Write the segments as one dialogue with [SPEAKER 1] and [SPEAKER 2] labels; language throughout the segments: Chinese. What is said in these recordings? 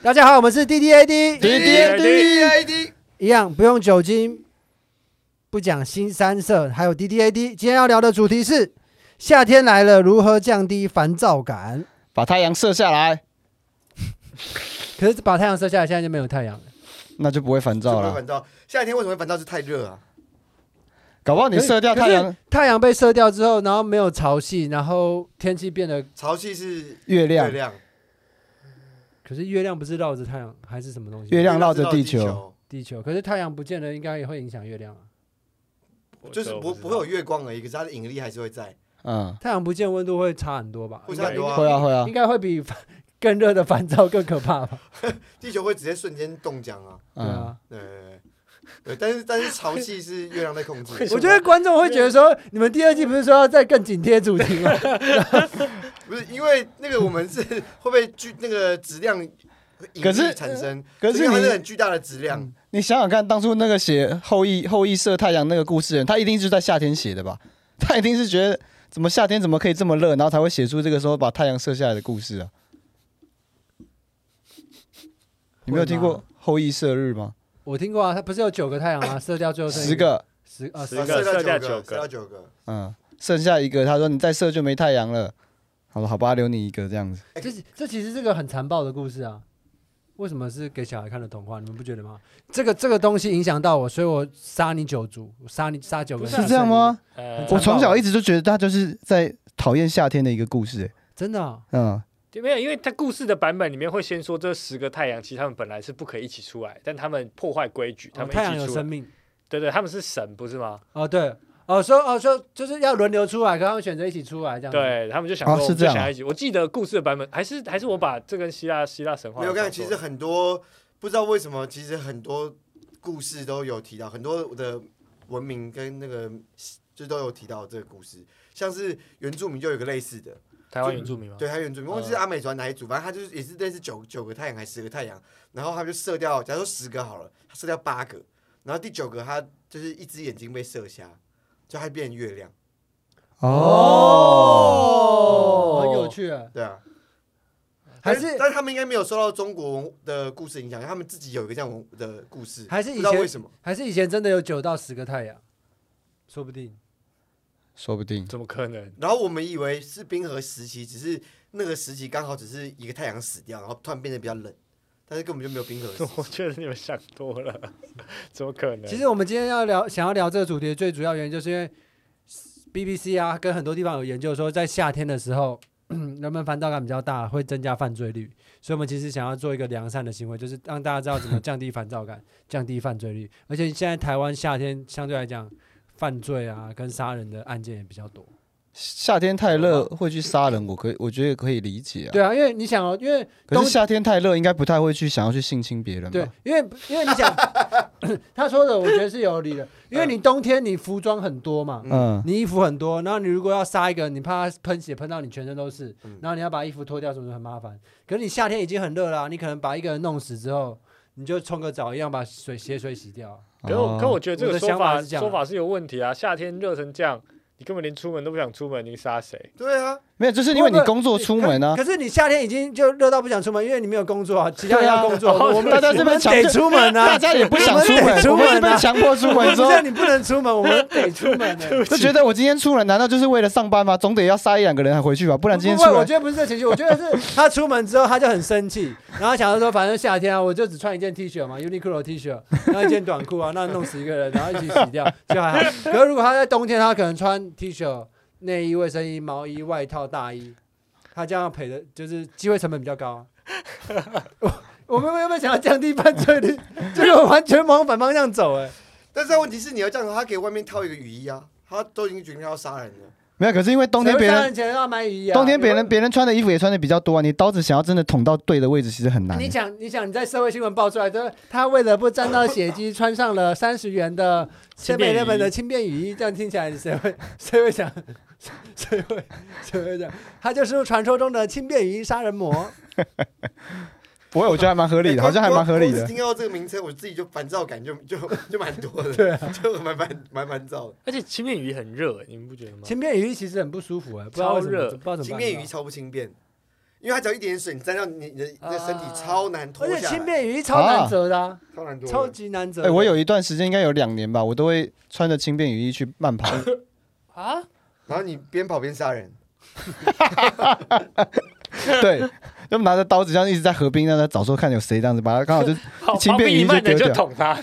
[SPEAKER 1] 大家好，我们是 D D A D，
[SPEAKER 2] DDAD
[SPEAKER 1] 一样不用酒精，不讲新三色，还有 D D A D。今天要聊的主题是夏天来了，如何降低烦躁感？
[SPEAKER 2] 把太阳射下来，
[SPEAKER 1] 可是把太阳射下来，现在就没有太阳了。
[SPEAKER 2] 那就不会烦
[SPEAKER 3] 怎
[SPEAKER 2] 躁
[SPEAKER 3] 么会
[SPEAKER 2] 了。
[SPEAKER 3] 烦躁？夏天为什么会烦躁？是太热啊！
[SPEAKER 2] 搞不好你
[SPEAKER 1] 可是
[SPEAKER 2] 射掉太，
[SPEAKER 1] 可
[SPEAKER 2] 阳
[SPEAKER 1] 是、太阳被射掉之后，然后没有潮汐，然后天气变得，
[SPEAKER 3] 潮汐是
[SPEAKER 2] 月亮
[SPEAKER 3] 月、亮，
[SPEAKER 1] 可是月亮不是绕着太阳还是什么东西？
[SPEAKER 2] 月亮绕
[SPEAKER 3] 是
[SPEAKER 2] 着地
[SPEAKER 3] 球，
[SPEAKER 2] 球，
[SPEAKER 1] 地球，可是太阳不见了，应该也会影响月亮啊。
[SPEAKER 3] 就是不不会有月光而已，可是它的引力还是会在。
[SPEAKER 2] 嗯，
[SPEAKER 1] 太阳不见，温度会差很多吧？
[SPEAKER 3] 会差很多啊
[SPEAKER 2] 会啊会啊
[SPEAKER 1] 应，该会比 更热的烦躁更可怕吧？
[SPEAKER 3] 地球会直接瞬间冻僵啊！
[SPEAKER 1] 对
[SPEAKER 2] 嗯，
[SPEAKER 1] 啊，
[SPEAKER 3] 对对对对，但是但是潮汐是月亮在控制。
[SPEAKER 1] 我觉得观众会觉得说，你们第二季不是说要再更紧贴主题吗？
[SPEAKER 3] 不是因为那个我们是会不会巨那个质量引
[SPEAKER 2] 可是
[SPEAKER 3] 力产生，
[SPEAKER 2] 可是
[SPEAKER 3] 这个它是很
[SPEAKER 2] 你
[SPEAKER 3] 巨大的质量，
[SPEAKER 2] 你想想看，当初那个写后羿后羿射太阳那个故事的人，他一定是在夏天写的吧？ 他一定是觉得怎么夏天怎么可以这么热，然后才会写出这个时候把太阳射下来的故事啊？你没有听过后羿射日吗？
[SPEAKER 1] 我听过啊，他不是有九个太阳吗？射掉最后剩一
[SPEAKER 2] 十个，
[SPEAKER 1] 十啊
[SPEAKER 3] 啊
[SPEAKER 1] 十
[SPEAKER 4] 十
[SPEAKER 1] 个
[SPEAKER 3] 射
[SPEAKER 4] 个
[SPEAKER 3] 到
[SPEAKER 4] 射掉
[SPEAKER 3] 九
[SPEAKER 4] 九
[SPEAKER 3] 个，
[SPEAKER 4] 个
[SPEAKER 3] 射到九个。
[SPEAKER 2] 嗯，剩下一个，他说你再射就没太阳了。好了，好吧，留你一个这样子。
[SPEAKER 1] 这这其实是个很残暴的故事啊。为什么是给小孩看的童话？你们不觉得吗？这个这个东西影响到我，所以我杀你九族，我杀你杀九个
[SPEAKER 4] 不
[SPEAKER 1] 人，
[SPEAKER 4] 是啊
[SPEAKER 2] 是这样吗？
[SPEAKER 4] 呃
[SPEAKER 2] 我从小一直就觉得他就是在讨厌夏天的一个故事、欸
[SPEAKER 1] 真的啊、
[SPEAKER 2] 嗯，
[SPEAKER 4] 就没有，因为它故事的版本里面会先说这十个太阳，其实他们本来是不可以一起出来，但他们破坏规矩，他
[SPEAKER 1] 哦
[SPEAKER 4] 们
[SPEAKER 1] 太阳
[SPEAKER 4] 一
[SPEAKER 1] 有
[SPEAKER 4] 起出来。
[SPEAKER 1] 生命
[SPEAKER 4] 对对，他们是神不是吗？
[SPEAKER 1] 哦，对哦，说哦说就是要轮流出来，可他们选择一起出来这样子。
[SPEAKER 4] 对他们就想
[SPEAKER 2] 哦
[SPEAKER 4] 说我们
[SPEAKER 2] 是这样
[SPEAKER 4] 就想
[SPEAKER 2] 啊
[SPEAKER 4] 要一起。我记得故事的版本还是还是我把这跟希腊希腊神话
[SPEAKER 3] 没有，
[SPEAKER 4] 搞
[SPEAKER 3] 刚才
[SPEAKER 4] 错
[SPEAKER 3] 其实
[SPEAKER 4] 了
[SPEAKER 3] 很多不知道为什么，其实很多故事都有提到，很多的文明跟那个就都有提到这个故事，像是原住民就有个类似的，
[SPEAKER 4] 台湾原住
[SPEAKER 1] 嗯
[SPEAKER 4] 民吗？
[SPEAKER 3] 对，还有原住民，忘记是阿美族还是哪一组，反正他就是也是类似九九个太阳还是十个太阳，然后他就射掉，假如说十个好了，他射掉八个，然后第九个他就是一只眼睛被射瞎，就他变月亮，
[SPEAKER 2] 哦，
[SPEAKER 1] 哦，很有趣啊。
[SPEAKER 3] 对啊。
[SPEAKER 1] 还是
[SPEAKER 3] 但他们应该没有受到中国文的故事影响，他们自己有一个这样文的故事，
[SPEAKER 1] 还是
[SPEAKER 3] 不
[SPEAKER 1] 以
[SPEAKER 3] 知道
[SPEAKER 1] 前
[SPEAKER 3] 为什么。
[SPEAKER 1] 还是以前真的有九到十个太阳，说不定。
[SPEAKER 2] 说不定
[SPEAKER 4] 怎么可 能？
[SPEAKER 3] 然后我们以为是冰河时期，只是那个时期刚好只是一个太阳死掉，然后突然变得比较冷，但是根本就没有冰河时
[SPEAKER 4] 我
[SPEAKER 3] 期。
[SPEAKER 4] 觉得你们想多了， 怎么可能？
[SPEAKER 1] 其实我们今天要聊，想要聊这个主题的最主要原因，就是因为 BBC 啊，跟很多地方有研究说，在夏天的时候， 人们烦躁感比较大，会增加犯罪率。所以我们其实想要做一个良善的行为，就是让大家知道怎么降低烦躁感，降低犯罪率。而且现在台湾夏天相对来讲，犯罪啊跟杀人的案件也比较多。
[SPEAKER 2] 夏天太热会去杀人，我可以，我觉得可以理解啊。
[SPEAKER 1] 对啊，因为你想哦，因为
[SPEAKER 2] 可
[SPEAKER 1] 冬
[SPEAKER 2] 是夏天太热，应该不太会去想要去性侵别人
[SPEAKER 1] 对
[SPEAKER 2] 吧？，
[SPEAKER 1] 因为因为你 想，他说的我觉得是有理的，因为你冬天你服装很多嘛，
[SPEAKER 2] 嗯，
[SPEAKER 1] 你衣服很多，然后你如果要杀一个，你怕他喷血喷到你全身都是，
[SPEAKER 3] 嗯
[SPEAKER 1] 然后你要把衣服脱掉，什么什么很麻烦。可是你夏天已经很热了啊、你可能把一个人弄死之后，你就冲个澡一样把水血水洗掉啊。
[SPEAKER 4] 可我
[SPEAKER 2] 哦
[SPEAKER 4] 可我觉得这
[SPEAKER 1] 我
[SPEAKER 4] 个
[SPEAKER 1] 的
[SPEAKER 4] 说
[SPEAKER 1] 想法
[SPEAKER 4] 法
[SPEAKER 1] 是这样
[SPEAKER 4] 说法是有问题啊！夏天热成这样，你根本连出门都不想出门，你杀谁？
[SPEAKER 3] 对啊，
[SPEAKER 2] 没有，就是因为你工作出门啊
[SPEAKER 1] 可，是你夏天已经就热到不想出门，因为你没有工作啊，其他人要工作，
[SPEAKER 4] 对啊
[SPEAKER 1] 我们
[SPEAKER 2] 哦大家
[SPEAKER 1] 我
[SPEAKER 2] 这
[SPEAKER 1] 们
[SPEAKER 2] 边强
[SPEAKER 1] 得
[SPEAKER 2] 制
[SPEAKER 1] 出门啊
[SPEAKER 2] 大。家也不想出
[SPEAKER 1] 我们得
[SPEAKER 2] 门，
[SPEAKER 1] 出
[SPEAKER 2] 我
[SPEAKER 1] 门啊
[SPEAKER 2] 们被强迫出门之
[SPEAKER 1] 不
[SPEAKER 2] 后
[SPEAKER 1] 是，你不能出门，我们得出门欸的、
[SPEAKER 2] 就觉得我今天出门难道就是为了上班吗？总得要杀一两个人还回去吧，不然今天
[SPEAKER 1] 不
[SPEAKER 2] 出
[SPEAKER 1] 会，我
[SPEAKER 2] 来
[SPEAKER 1] 觉得不是这情绪，我觉得是他出门之后他就很生 气，然后想着说反正夏天啊，我就只穿一件 T 恤嘛，Uniqlo T 恤，然后一件短裤啊，那弄死一个人，然后一起洗 掉就还好。可是如果他在冬天，他可能穿 T 恤、内衣、卫生衣、毛衣、外套、大衣，他这样赔的就是机会成本比较高、 啊。我我们有没有想要降低犯罪率？就是我完全往反方向走、哎，
[SPEAKER 3] 但是问题是你要这样的话，他给外面套一个雨衣啊，他都已经决定要杀人了。
[SPEAKER 2] 没有。可是因为冬天
[SPEAKER 1] 谁会
[SPEAKER 2] 别
[SPEAKER 1] 杀
[SPEAKER 2] 人
[SPEAKER 1] 人前要买雨衣啊，
[SPEAKER 2] 冬天别
[SPEAKER 1] 有没有
[SPEAKER 2] 人别人穿的衣服也穿的比较多啊，你刀子想要真的捅到对的位置，其实很难。欸
[SPEAKER 1] 你想，你想你在社会新闻爆出来，就是他为了不沾到血迹，穿上了三十元的 千
[SPEAKER 4] 轻便
[SPEAKER 1] 美
[SPEAKER 4] 雨衣
[SPEAKER 1] 日本的轻便雨衣，这样听起来谁会 谁会想谁会谁会想？他就是传说中的轻便雨衣杀人 魔。
[SPEAKER 2] 不会，我觉得还蛮合理的，
[SPEAKER 3] 哎
[SPEAKER 2] 好像还蛮合理
[SPEAKER 3] 光光
[SPEAKER 2] 的
[SPEAKER 3] 是。听到这个名称，我自己就烦躁感就 就就蛮多的，对、就蛮烦蛮烦 躁的。
[SPEAKER 4] 而且轻便雨很热，你们不觉得吗？
[SPEAKER 1] 轻便雨衣其实很不舒服哎、不知道为什么，
[SPEAKER 4] 超热
[SPEAKER 1] 不知道怎么办到。
[SPEAKER 3] 轻便雨衣超不轻便，因为它只要一点点水，你沾到你你的你的身体
[SPEAKER 1] 啊
[SPEAKER 3] 超难脱
[SPEAKER 1] 而且
[SPEAKER 3] 下
[SPEAKER 1] 轻
[SPEAKER 3] 来，
[SPEAKER 1] 便雨衣超难折的啊，
[SPEAKER 3] 超难脱的。
[SPEAKER 1] 超级难折
[SPEAKER 2] 哎、
[SPEAKER 1] 的。
[SPEAKER 2] 我有一段时间应该有两年吧，我都会穿着轻便雨衣去 慢跑。
[SPEAKER 1] 啊，
[SPEAKER 3] 然后你边跑边杀人，
[SPEAKER 2] 对，就拿着刀子这样一直在河边，让他找说看有谁这样子，把他 刚好就，
[SPEAKER 4] 跑
[SPEAKER 2] 轻
[SPEAKER 4] 跑
[SPEAKER 2] 便
[SPEAKER 4] 比
[SPEAKER 2] 于
[SPEAKER 4] 你
[SPEAKER 2] 就
[SPEAKER 4] 慢的
[SPEAKER 2] 丢
[SPEAKER 4] 就
[SPEAKER 2] 掉
[SPEAKER 4] 捅他，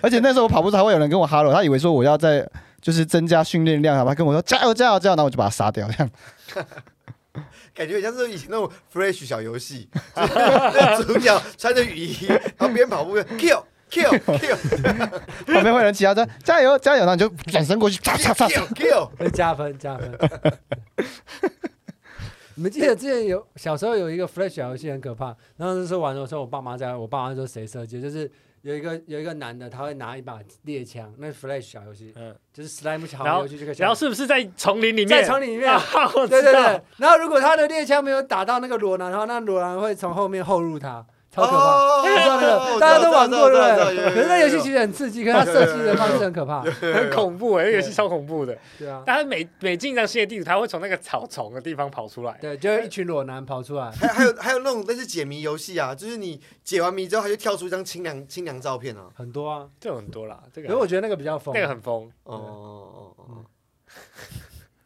[SPEAKER 2] 而且那时候我跑步时还会有人跟我哈喽，他以为说我要在就是增加训练量，他跟我说加油加油加油，那我就把他杀掉这样。
[SPEAKER 3] 感觉很像是以前那种 fresh 小游戏，就是那主角穿着雨衣，然后边跑步边 kill kill kill
[SPEAKER 2] 旁边会有人其他说加油加油，然后你就转身过去，啪啪啪。
[SPEAKER 3] kill kill，
[SPEAKER 1] 会加分加 分。你们记得之前有小时候有一个 Flash 小游戏很可怕，然后那时候玩的时候，我爸妈在，我爸妈说谁设计的，就是有一个有一个男的，他会拿一把猎枪，那是 Flash 小游戏，
[SPEAKER 4] 嗯，
[SPEAKER 1] 就是 slime 小
[SPEAKER 4] 然后
[SPEAKER 1] 游戏这个小
[SPEAKER 4] 然后
[SPEAKER 1] 游戏，
[SPEAKER 4] 是不是在丛林里面？
[SPEAKER 1] 在城里面
[SPEAKER 4] 啊，我
[SPEAKER 1] 对
[SPEAKER 4] 知
[SPEAKER 1] 对
[SPEAKER 4] 道
[SPEAKER 1] 对，，然后如果他的猎枪没有打到那个罗南，然后那罗南会从后面后入他，超可怕。
[SPEAKER 3] 哦
[SPEAKER 1] 你知道那
[SPEAKER 3] 我
[SPEAKER 1] 个
[SPEAKER 3] 知道
[SPEAKER 1] 大家都玩过
[SPEAKER 3] 我
[SPEAKER 1] 对不
[SPEAKER 3] 知道我
[SPEAKER 1] 对？
[SPEAKER 3] 知道有有有有有啊
[SPEAKER 1] 可是那游戏其实很刺激，可是它设计的方式很可 怕。
[SPEAKER 4] 很恐怖哎，那个游戏超恐怖的。
[SPEAKER 1] 对啊，
[SPEAKER 4] 但他每每进一张新的地图，他会从那个草丛的地方跑出来。
[SPEAKER 1] 对，就一群裸男跑出来。
[SPEAKER 3] 还还有还有那种那是解谜游戏啊，就是你解完谜之后，它就跳出一张清凉清凉照片啊。
[SPEAKER 1] 很多啊，
[SPEAKER 4] 这种很多啦，这
[SPEAKER 1] 可
[SPEAKER 4] 个
[SPEAKER 1] 是我觉得那个比较疯
[SPEAKER 4] 那。个很疯，
[SPEAKER 3] 哦哦哦哦。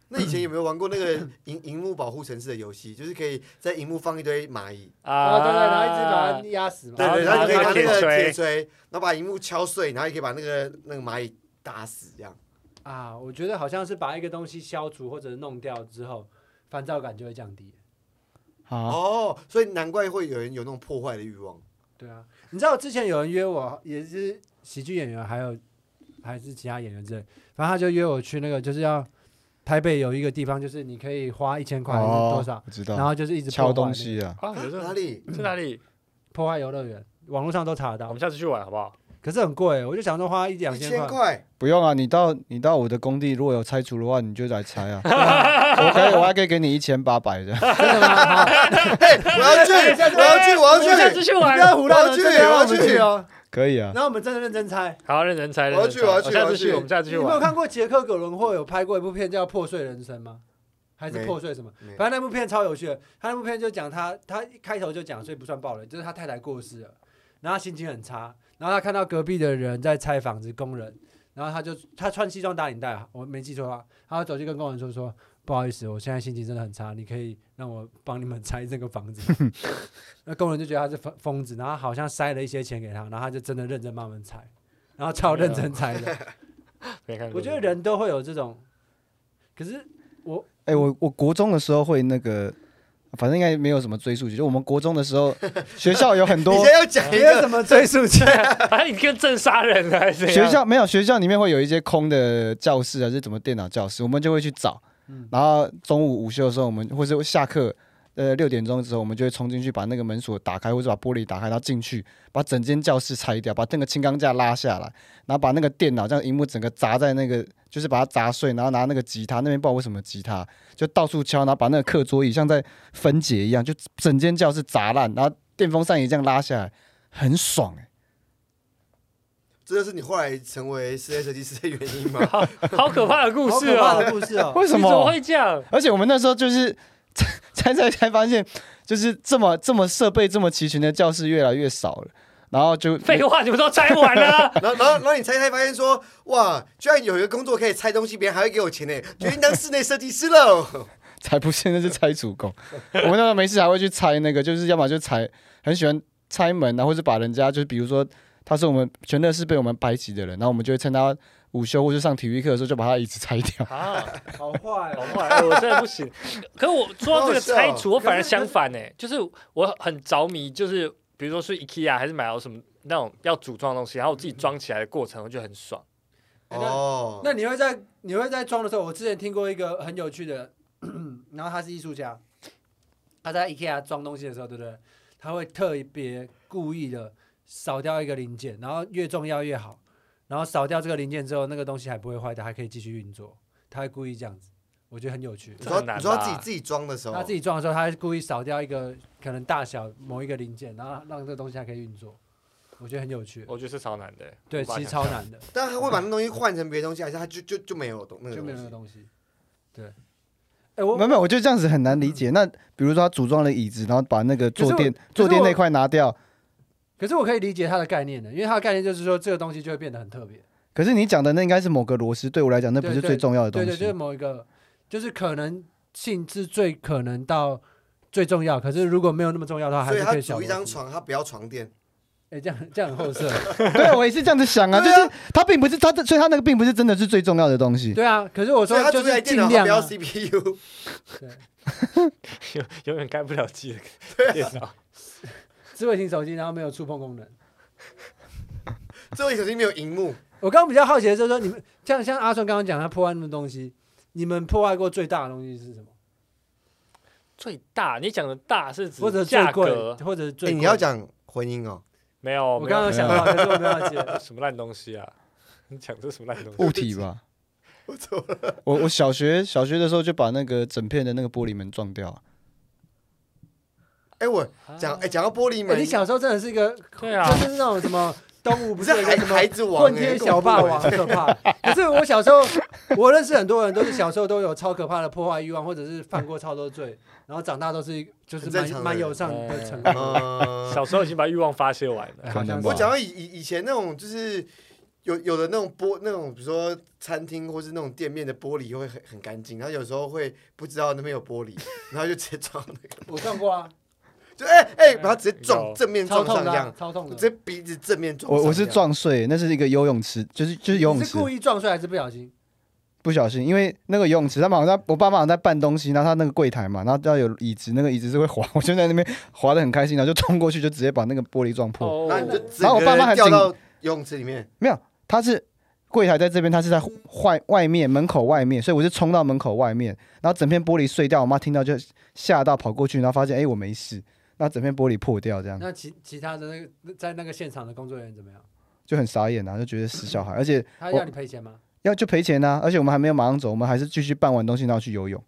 [SPEAKER 3] 那以前有没有玩过那个荧荧幕保护城市的游戏？就是可以在荧幕放一堆蚂蚁，
[SPEAKER 1] 啊，
[SPEAKER 4] 啊，
[SPEAKER 1] 对对，然后一直把它压死嘛。
[SPEAKER 3] 对
[SPEAKER 4] 然后
[SPEAKER 3] 对，然后你可以
[SPEAKER 4] 拿
[SPEAKER 3] 拿
[SPEAKER 4] 那
[SPEAKER 3] 那个
[SPEAKER 4] 个铁
[SPEAKER 3] 铁锤，然后把荧幕敲碎，然后也可以把那个那个蚂蚁打死，这样。
[SPEAKER 1] 啊，我觉得好像是把一个东西消除或者弄掉之后，烦躁感就会降低。
[SPEAKER 2] 好，
[SPEAKER 3] 哦，所以难怪会有人有那种破坏的欲望。
[SPEAKER 1] 对啊，你知道之前有人约我，也是喜剧演员，还有还是其他演员之类，反正他就约我去那个，就是要台北有一个地方，就是你可以花一千块还是多少，
[SPEAKER 2] 哦我知
[SPEAKER 1] 然
[SPEAKER 2] 道，
[SPEAKER 1] 后就是一直破
[SPEAKER 2] 敲
[SPEAKER 1] 坏
[SPEAKER 2] 东
[SPEAKER 1] 那个，
[SPEAKER 2] 西啊，
[SPEAKER 4] 啊，有时
[SPEAKER 3] 哪
[SPEAKER 4] 候
[SPEAKER 3] 里？
[SPEAKER 4] 是哪里？
[SPEAKER 1] 破坏游乐园，网络上都查得
[SPEAKER 4] 我
[SPEAKER 1] 到
[SPEAKER 4] 们，下次去玩好 不好？
[SPEAKER 1] 可是很贵，我就想说花一两
[SPEAKER 3] 一千
[SPEAKER 1] 块，
[SPEAKER 3] 块，
[SPEAKER 2] 不用啊，你到你到我的工地，如果有拆除的话，你就来拆 啊。我可以，我还可以给你一千八百的。
[SPEAKER 1] 真的吗？好
[SPEAKER 3] 嘿，我要去，我要去，我
[SPEAKER 4] 我们下
[SPEAKER 3] 要
[SPEAKER 4] 次
[SPEAKER 3] 去，
[SPEAKER 4] 去
[SPEAKER 1] 不
[SPEAKER 4] 玩。
[SPEAKER 1] 要胡乱
[SPEAKER 3] 我要去
[SPEAKER 1] 真的让我们
[SPEAKER 3] 我要去
[SPEAKER 1] 去哦。
[SPEAKER 2] 可以啊，
[SPEAKER 1] 然后我们真的认真猜。
[SPEAKER 4] 好，认真猜，
[SPEAKER 3] 我要
[SPEAKER 4] 认真
[SPEAKER 3] 去
[SPEAKER 4] 猜
[SPEAKER 3] 我要去
[SPEAKER 4] 下次
[SPEAKER 3] 我要
[SPEAKER 4] 去，
[SPEAKER 3] 去
[SPEAKER 4] 我们下次
[SPEAKER 1] 你
[SPEAKER 4] 去
[SPEAKER 1] 有没有
[SPEAKER 4] 玩。
[SPEAKER 1] 看过杰克·葛伦霍有拍过一部片叫《破碎人生》吗？还是
[SPEAKER 3] 没
[SPEAKER 1] 破碎什么？
[SPEAKER 3] 没
[SPEAKER 1] 反正那部片超有趣的，他那部片就讲他，他一开头就讲，所以不算暴雷，就是他太太过世了，然后他心情很差，然后他看到隔壁的人在拆房子，工人，然后他就他穿西装打领带啊，我没记错啊，他走去跟工人说说，不好意思，我现在心情真的很差，你可以让我帮你们拆这个房子 吗。那工人就觉得他是疯疯子，然后好像塞了一些钱给他，然后他就真的认真慢慢拆，然后超认真拆的。
[SPEAKER 4] 没看过。
[SPEAKER 1] 我觉得 人都会有这种，可是
[SPEAKER 2] 哎、我我国中的时候会那个，反正应该没有什么追溯期。就我们国中的时候，学校有很
[SPEAKER 3] 你
[SPEAKER 2] 多
[SPEAKER 3] 现在要讲一
[SPEAKER 1] 没有
[SPEAKER 3] 个
[SPEAKER 1] 什么追溯期。
[SPEAKER 4] 反啊正你跟正杀人了还是怎
[SPEAKER 2] 学
[SPEAKER 4] 样？
[SPEAKER 2] 校没有学校里面会有一些空的教室还是怎么电脑教室，我们就会去找。
[SPEAKER 1] 嗯
[SPEAKER 2] 然后中午午休的时候，我们或是下课，呃六点钟之后，我们就会冲进去把那个门锁打开，或者把玻璃打开，然后进去把整间教室拆掉，把那个轻钢架拉下来，然后把那个电脑这样荧幕整个砸在那个，就是把它砸碎，然后拿那个吉他那边不知道为什么吉他就到处敲，然后把那个课桌椅像在分解一样，就整间教室砸烂，然后电风扇也这样拉下来，很爽 哎、
[SPEAKER 3] 这就是你后来成为室内设计师的原因吗？
[SPEAKER 4] 好好可怕的故
[SPEAKER 1] 好
[SPEAKER 4] 事
[SPEAKER 1] 可怕
[SPEAKER 4] 哦！
[SPEAKER 1] 的故事哦！
[SPEAKER 2] 为
[SPEAKER 4] 你
[SPEAKER 2] 什
[SPEAKER 4] 怎
[SPEAKER 2] 么？
[SPEAKER 4] 么会这样？
[SPEAKER 2] 而且我们那时候就是才才才才发现，就是这么这么设备这么齐全的教室越来越少了，然后就
[SPEAKER 4] 废话，你们都拆完了 啊。
[SPEAKER 3] 然后，然后，然后你才才发现说，哇，居然有一个工作可以拆东西，别人还会给我钱呢，决定当室内设计师喽。
[SPEAKER 2] 才不是那是拆除工。 我们那时候没事还会去拆那个，就是要么就拆，很喜欢拆门啊，或者把人家就是比如说他是我们全乐是被我们排挤的人，然后我们就会趁他午休或是上体育课的时候就把他椅子拆掉。
[SPEAKER 4] 啊，
[SPEAKER 1] 好坏
[SPEAKER 4] 好
[SPEAKER 1] 哦！
[SPEAKER 4] 坏，哎我真的不行。 可我说到这个拆除，我
[SPEAKER 3] 好好笑
[SPEAKER 4] 反而相反呢、就是我很着迷，就是比如说是 IKEA 还是买到什么那种要组装的东西，然后我自己装起来的过程，我就很爽。
[SPEAKER 1] 那
[SPEAKER 3] 哦，
[SPEAKER 1] 那你会在你会在装的时候，我之前听过一个很有趣的， 然后他是艺术家，他在 IKEA 装东西的时候，对不对？他会特别故意的少掉一个零件，然后越重要越好，然后少掉这个零件之后，那个东西还不会坏掉，还可以继续运作。他会故意这样子，我觉得很有趣。
[SPEAKER 3] 你
[SPEAKER 4] 这
[SPEAKER 3] 说
[SPEAKER 4] 很难
[SPEAKER 3] 你说他自
[SPEAKER 4] 吧
[SPEAKER 3] 己自己装的时候，
[SPEAKER 1] 他自己装的时候，他还故意少掉一个可能大小某一个零件，然后让这个东西还可以运作，我觉得很有
[SPEAKER 3] 哦
[SPEAKER 1] 趣。
[SPEAKER 4] 我觉得是超难的、
[SPEAKER 1] 对，
[SPEAKER 4] 我把它
[SPEAKER 1] 其实
[SPEAKER 4] 想
[SPEAKER 1] 超难 的，
[SPEAKER 3] 但他会把那东西换成别的东西，还是他就就就没有东那个
[SPEAKER 1] 就
[SPEAKER 3] 东
[SPEAKER 1] 没有那个
[SPEAKER 3] 西？
[SPEAKER 1] 东西。对，哎，我
[SPEAKER 2] 没有没有，我觉得这样子很难理解。那比如说他组装了椅子，然后把那个坐垫
[SPEAKER 1] 可是我
[SPEAKER 2] 坐垫那块拿掉，
[SPEAKER 1] 可是我可以理解它的概念的，因为它的概念就是说这个东西就会变得很特别。
[SPEAKER 2] 可是你讲的那应该是某个螺丝，对我来讲那不
[SPEAKER 1] 对
[SPEAKER 2] 是
[SPEAKER 1] 对
[SPEAKER 2] 最重要的东
[SPEAKER 1] 对对，
[SPEAKER 2] 西。
[SPEAKER 1] 就是某一个，就是可能性是最可能到最重要，可是如果没有那么重要的话，还
[SPEAKER 3] 所以
[SPEAKER 1] 是
[SPEAKER 3] 他
[SPEAKER 1] 可以小
[SPEAKER 3] 组一
[SPEAKER 1] 螺
[SPEAKER 3] 张
[SPEAKER 1] 丝。
[SPEAKER 3] 床，他不要床垫，
[SPEAKER 1] 哎，这样这样很后 设。
[SPEAKER 2] 对，我也是这样子想啊，就是它并不是它，所以它那个并不是真的是最重要的东西。
[SPEAKER 1] 对啊，可是我
[SPEAKER 3] 所以
[SPEAKER 1] 说
[SPEAKER 3] 他
[SPEAKER 1] 就
[SPEAKER 3] 组一台
[SPEAKER 1] 是
[SPEAKER 3] 电
[SPEAKER 1] 尽
[SPEAKER 3] 脑，他
[SPEAKER 1] 量
[SPEAKER 3] 不要
[SPEAKER 1] 啊。
[SPEAKER 3] CPU。
[SPEAKER 4] 永永远开不了机的电脑。
[SPEAKER 1] 智慧型手机，然后没有触碰功能。
[SPEAKER 3] 最后一手机没有荧 幕，
[SPEAKER 1] 我刚刚比较好奇的就是说，你们像像阿顺刚刚讲他破坏那么东西，你们破坏过最大的东西是什么？
[SPEAKER 4] 最大，你讲的大是指
[SPEAKER 1] 或者最
[SPEAKER 4] 价
[SPEAKER 1] 贵，
[SPEAKER 4] 格？
[SPEAKER 1] 或者是最
[SPEAKER 3] 哎，
[SPEAKER 1] 贵、
[SPEAKER 3] 你要讲婚姻哦，
[SPEAKER 4] 没有，
[SPEAKER 1] 我
[SPEAKER 4] 没有
[SPEAKER 1] 刚刚想到，可是我没有 接。哎
[SPEAKER 4] 什么烂东西啊？你讲这什么烂东西？
[SPEAKER 2] 物体吧。我我小学小学的时候就把那个整片的那个玻璃门撞掉啊，
[SPEAKER 3] 哎，我讲哎讲到玻璃
[SPEAKER 1] 哎
[SPEAKER 3] 门
[SPEAKER 1] 你，小时候真的是一个，
[SPEAKER 4] 对啊
[SPEAKER 1] 就是那种什么动物
[SPEAKER 3] 不
[SPEAKER 1] 不是
[SPEAKER 3] 是
[SPEAKER 1] 有一个
[SPEAKER 3] 孩
[SPEAKER 1] 什么
[SPEAKER 3] 孩子王
[SPEAKER 1] 混
[SPEAKER 3] 哎
[SPEAKER 1] 天小霸王，，可怕。可是我小时候，我认识很多人都是小时候都有超可怕的破坏欲望，或者是犯过超多罪，然后长大都是就是
[SPEAKER 3] 很正
[SPEAKER 1] 蛮
[SPEAKER 3] 常的
[SPEAKER 1] 蛮
[SPEAKER 3] 人
[SPEAKER 1] 友善的成
[SPEAKER 3] 跟
[SPEAKER 1] 功。
[SPEAKER 3] 我 嗯
[SPEAKER 4] 小时候已经把欲望发泄完了。
[SPEAKER 1] 哎好像
[SPEAKER 2] 可能
[SPEAKER 1] 是
[SPEAKER 2] 吧
[SPEAKER 3] 我。讲到以以以前那种就是有有的那种玻那种，比如说餐厅或是那种店面的玻璃会很很干净，然后有时候会不知道那边有玻璃，然后就直接撞那个，
[SPEAKER 1] 我撞过啊，
[SPEAKER 3] 就哎哎、然后直接撞
[SPEAKER 4] 有
[SPEAKER 3] 正面
[SPEAKER 1] 超
[SPEAKER 3] 撞
[SPEAKER 1] 痛
[SPEAKER 3] 上
[SPEAKER 1] 的
[SPEAKER 3] 这
[SPEAKER 1] 啊
[SPEAKER 3] 样，，
[SPEAKER 1] 超痛
[SPEAKER 3] 直接
[SPEAKER 1] 的。
[SPEAKER 3] 鼻子正面撞上
[SPEAKER 2] 我
[SPEAKER 3] 这
[SPEAKER 2] 我是，
[SPEAKER 3] 样
[SPEAKER 2] 撞碎，那是一个游泳池，就是就是游
[SPEAKER 1] 你
[SPEAKER 2] 泳
[SPEAKER 1] 是
[SPEAKER 2] 池，
[SPEAKER 1] 故意撞碎还是不小心？
[SPEAKER 2] 不小心，因为那个游泳池他们好像在我爸妈好像在搬东西，然后他那个柜台嘛，然后要有椅子，那个椅子是会滑， 我就在那边滑的很开心，然后就冲过去就直接把那个玻璃撞破。
[SPEAKER 4] 哦
[SPEAKER 3] 然后你就
[SPEAKER 2] 然
[SPEAKER 3] 整
[SPEAKER 2] 后
[SPEAKER 3] 个
[SPEAKER 2] 我爸妈
[SPEAKER 3] 人
[SPEAKER 2] 还
[SPEAKER 3] 掉
[SPEAKER 2] 紧
[SPEAKER 3] 到游泳池里面，
[SPEAKER 2] 没有，他是柜台在这边，他是在外外面门口外面，所以我就冲到门口外面，然后整片玻璃碎掉，我妈听到就吓到跑过去，然后发现哎、我没事，那整片玻璃破掉这样
[SPEAKER 1] 那其其他的那个在那个现场的工作人员怎么样？
[SPEAKER 2] 就很傻眼啊，就觉得死小孩，而且
[SPEAKER 1] 他要你赔钱 吗？
[SPEAKER 2] 要就赔钱啊，而且我们还没有马上走，我们还是继续办完东西然后去游泳，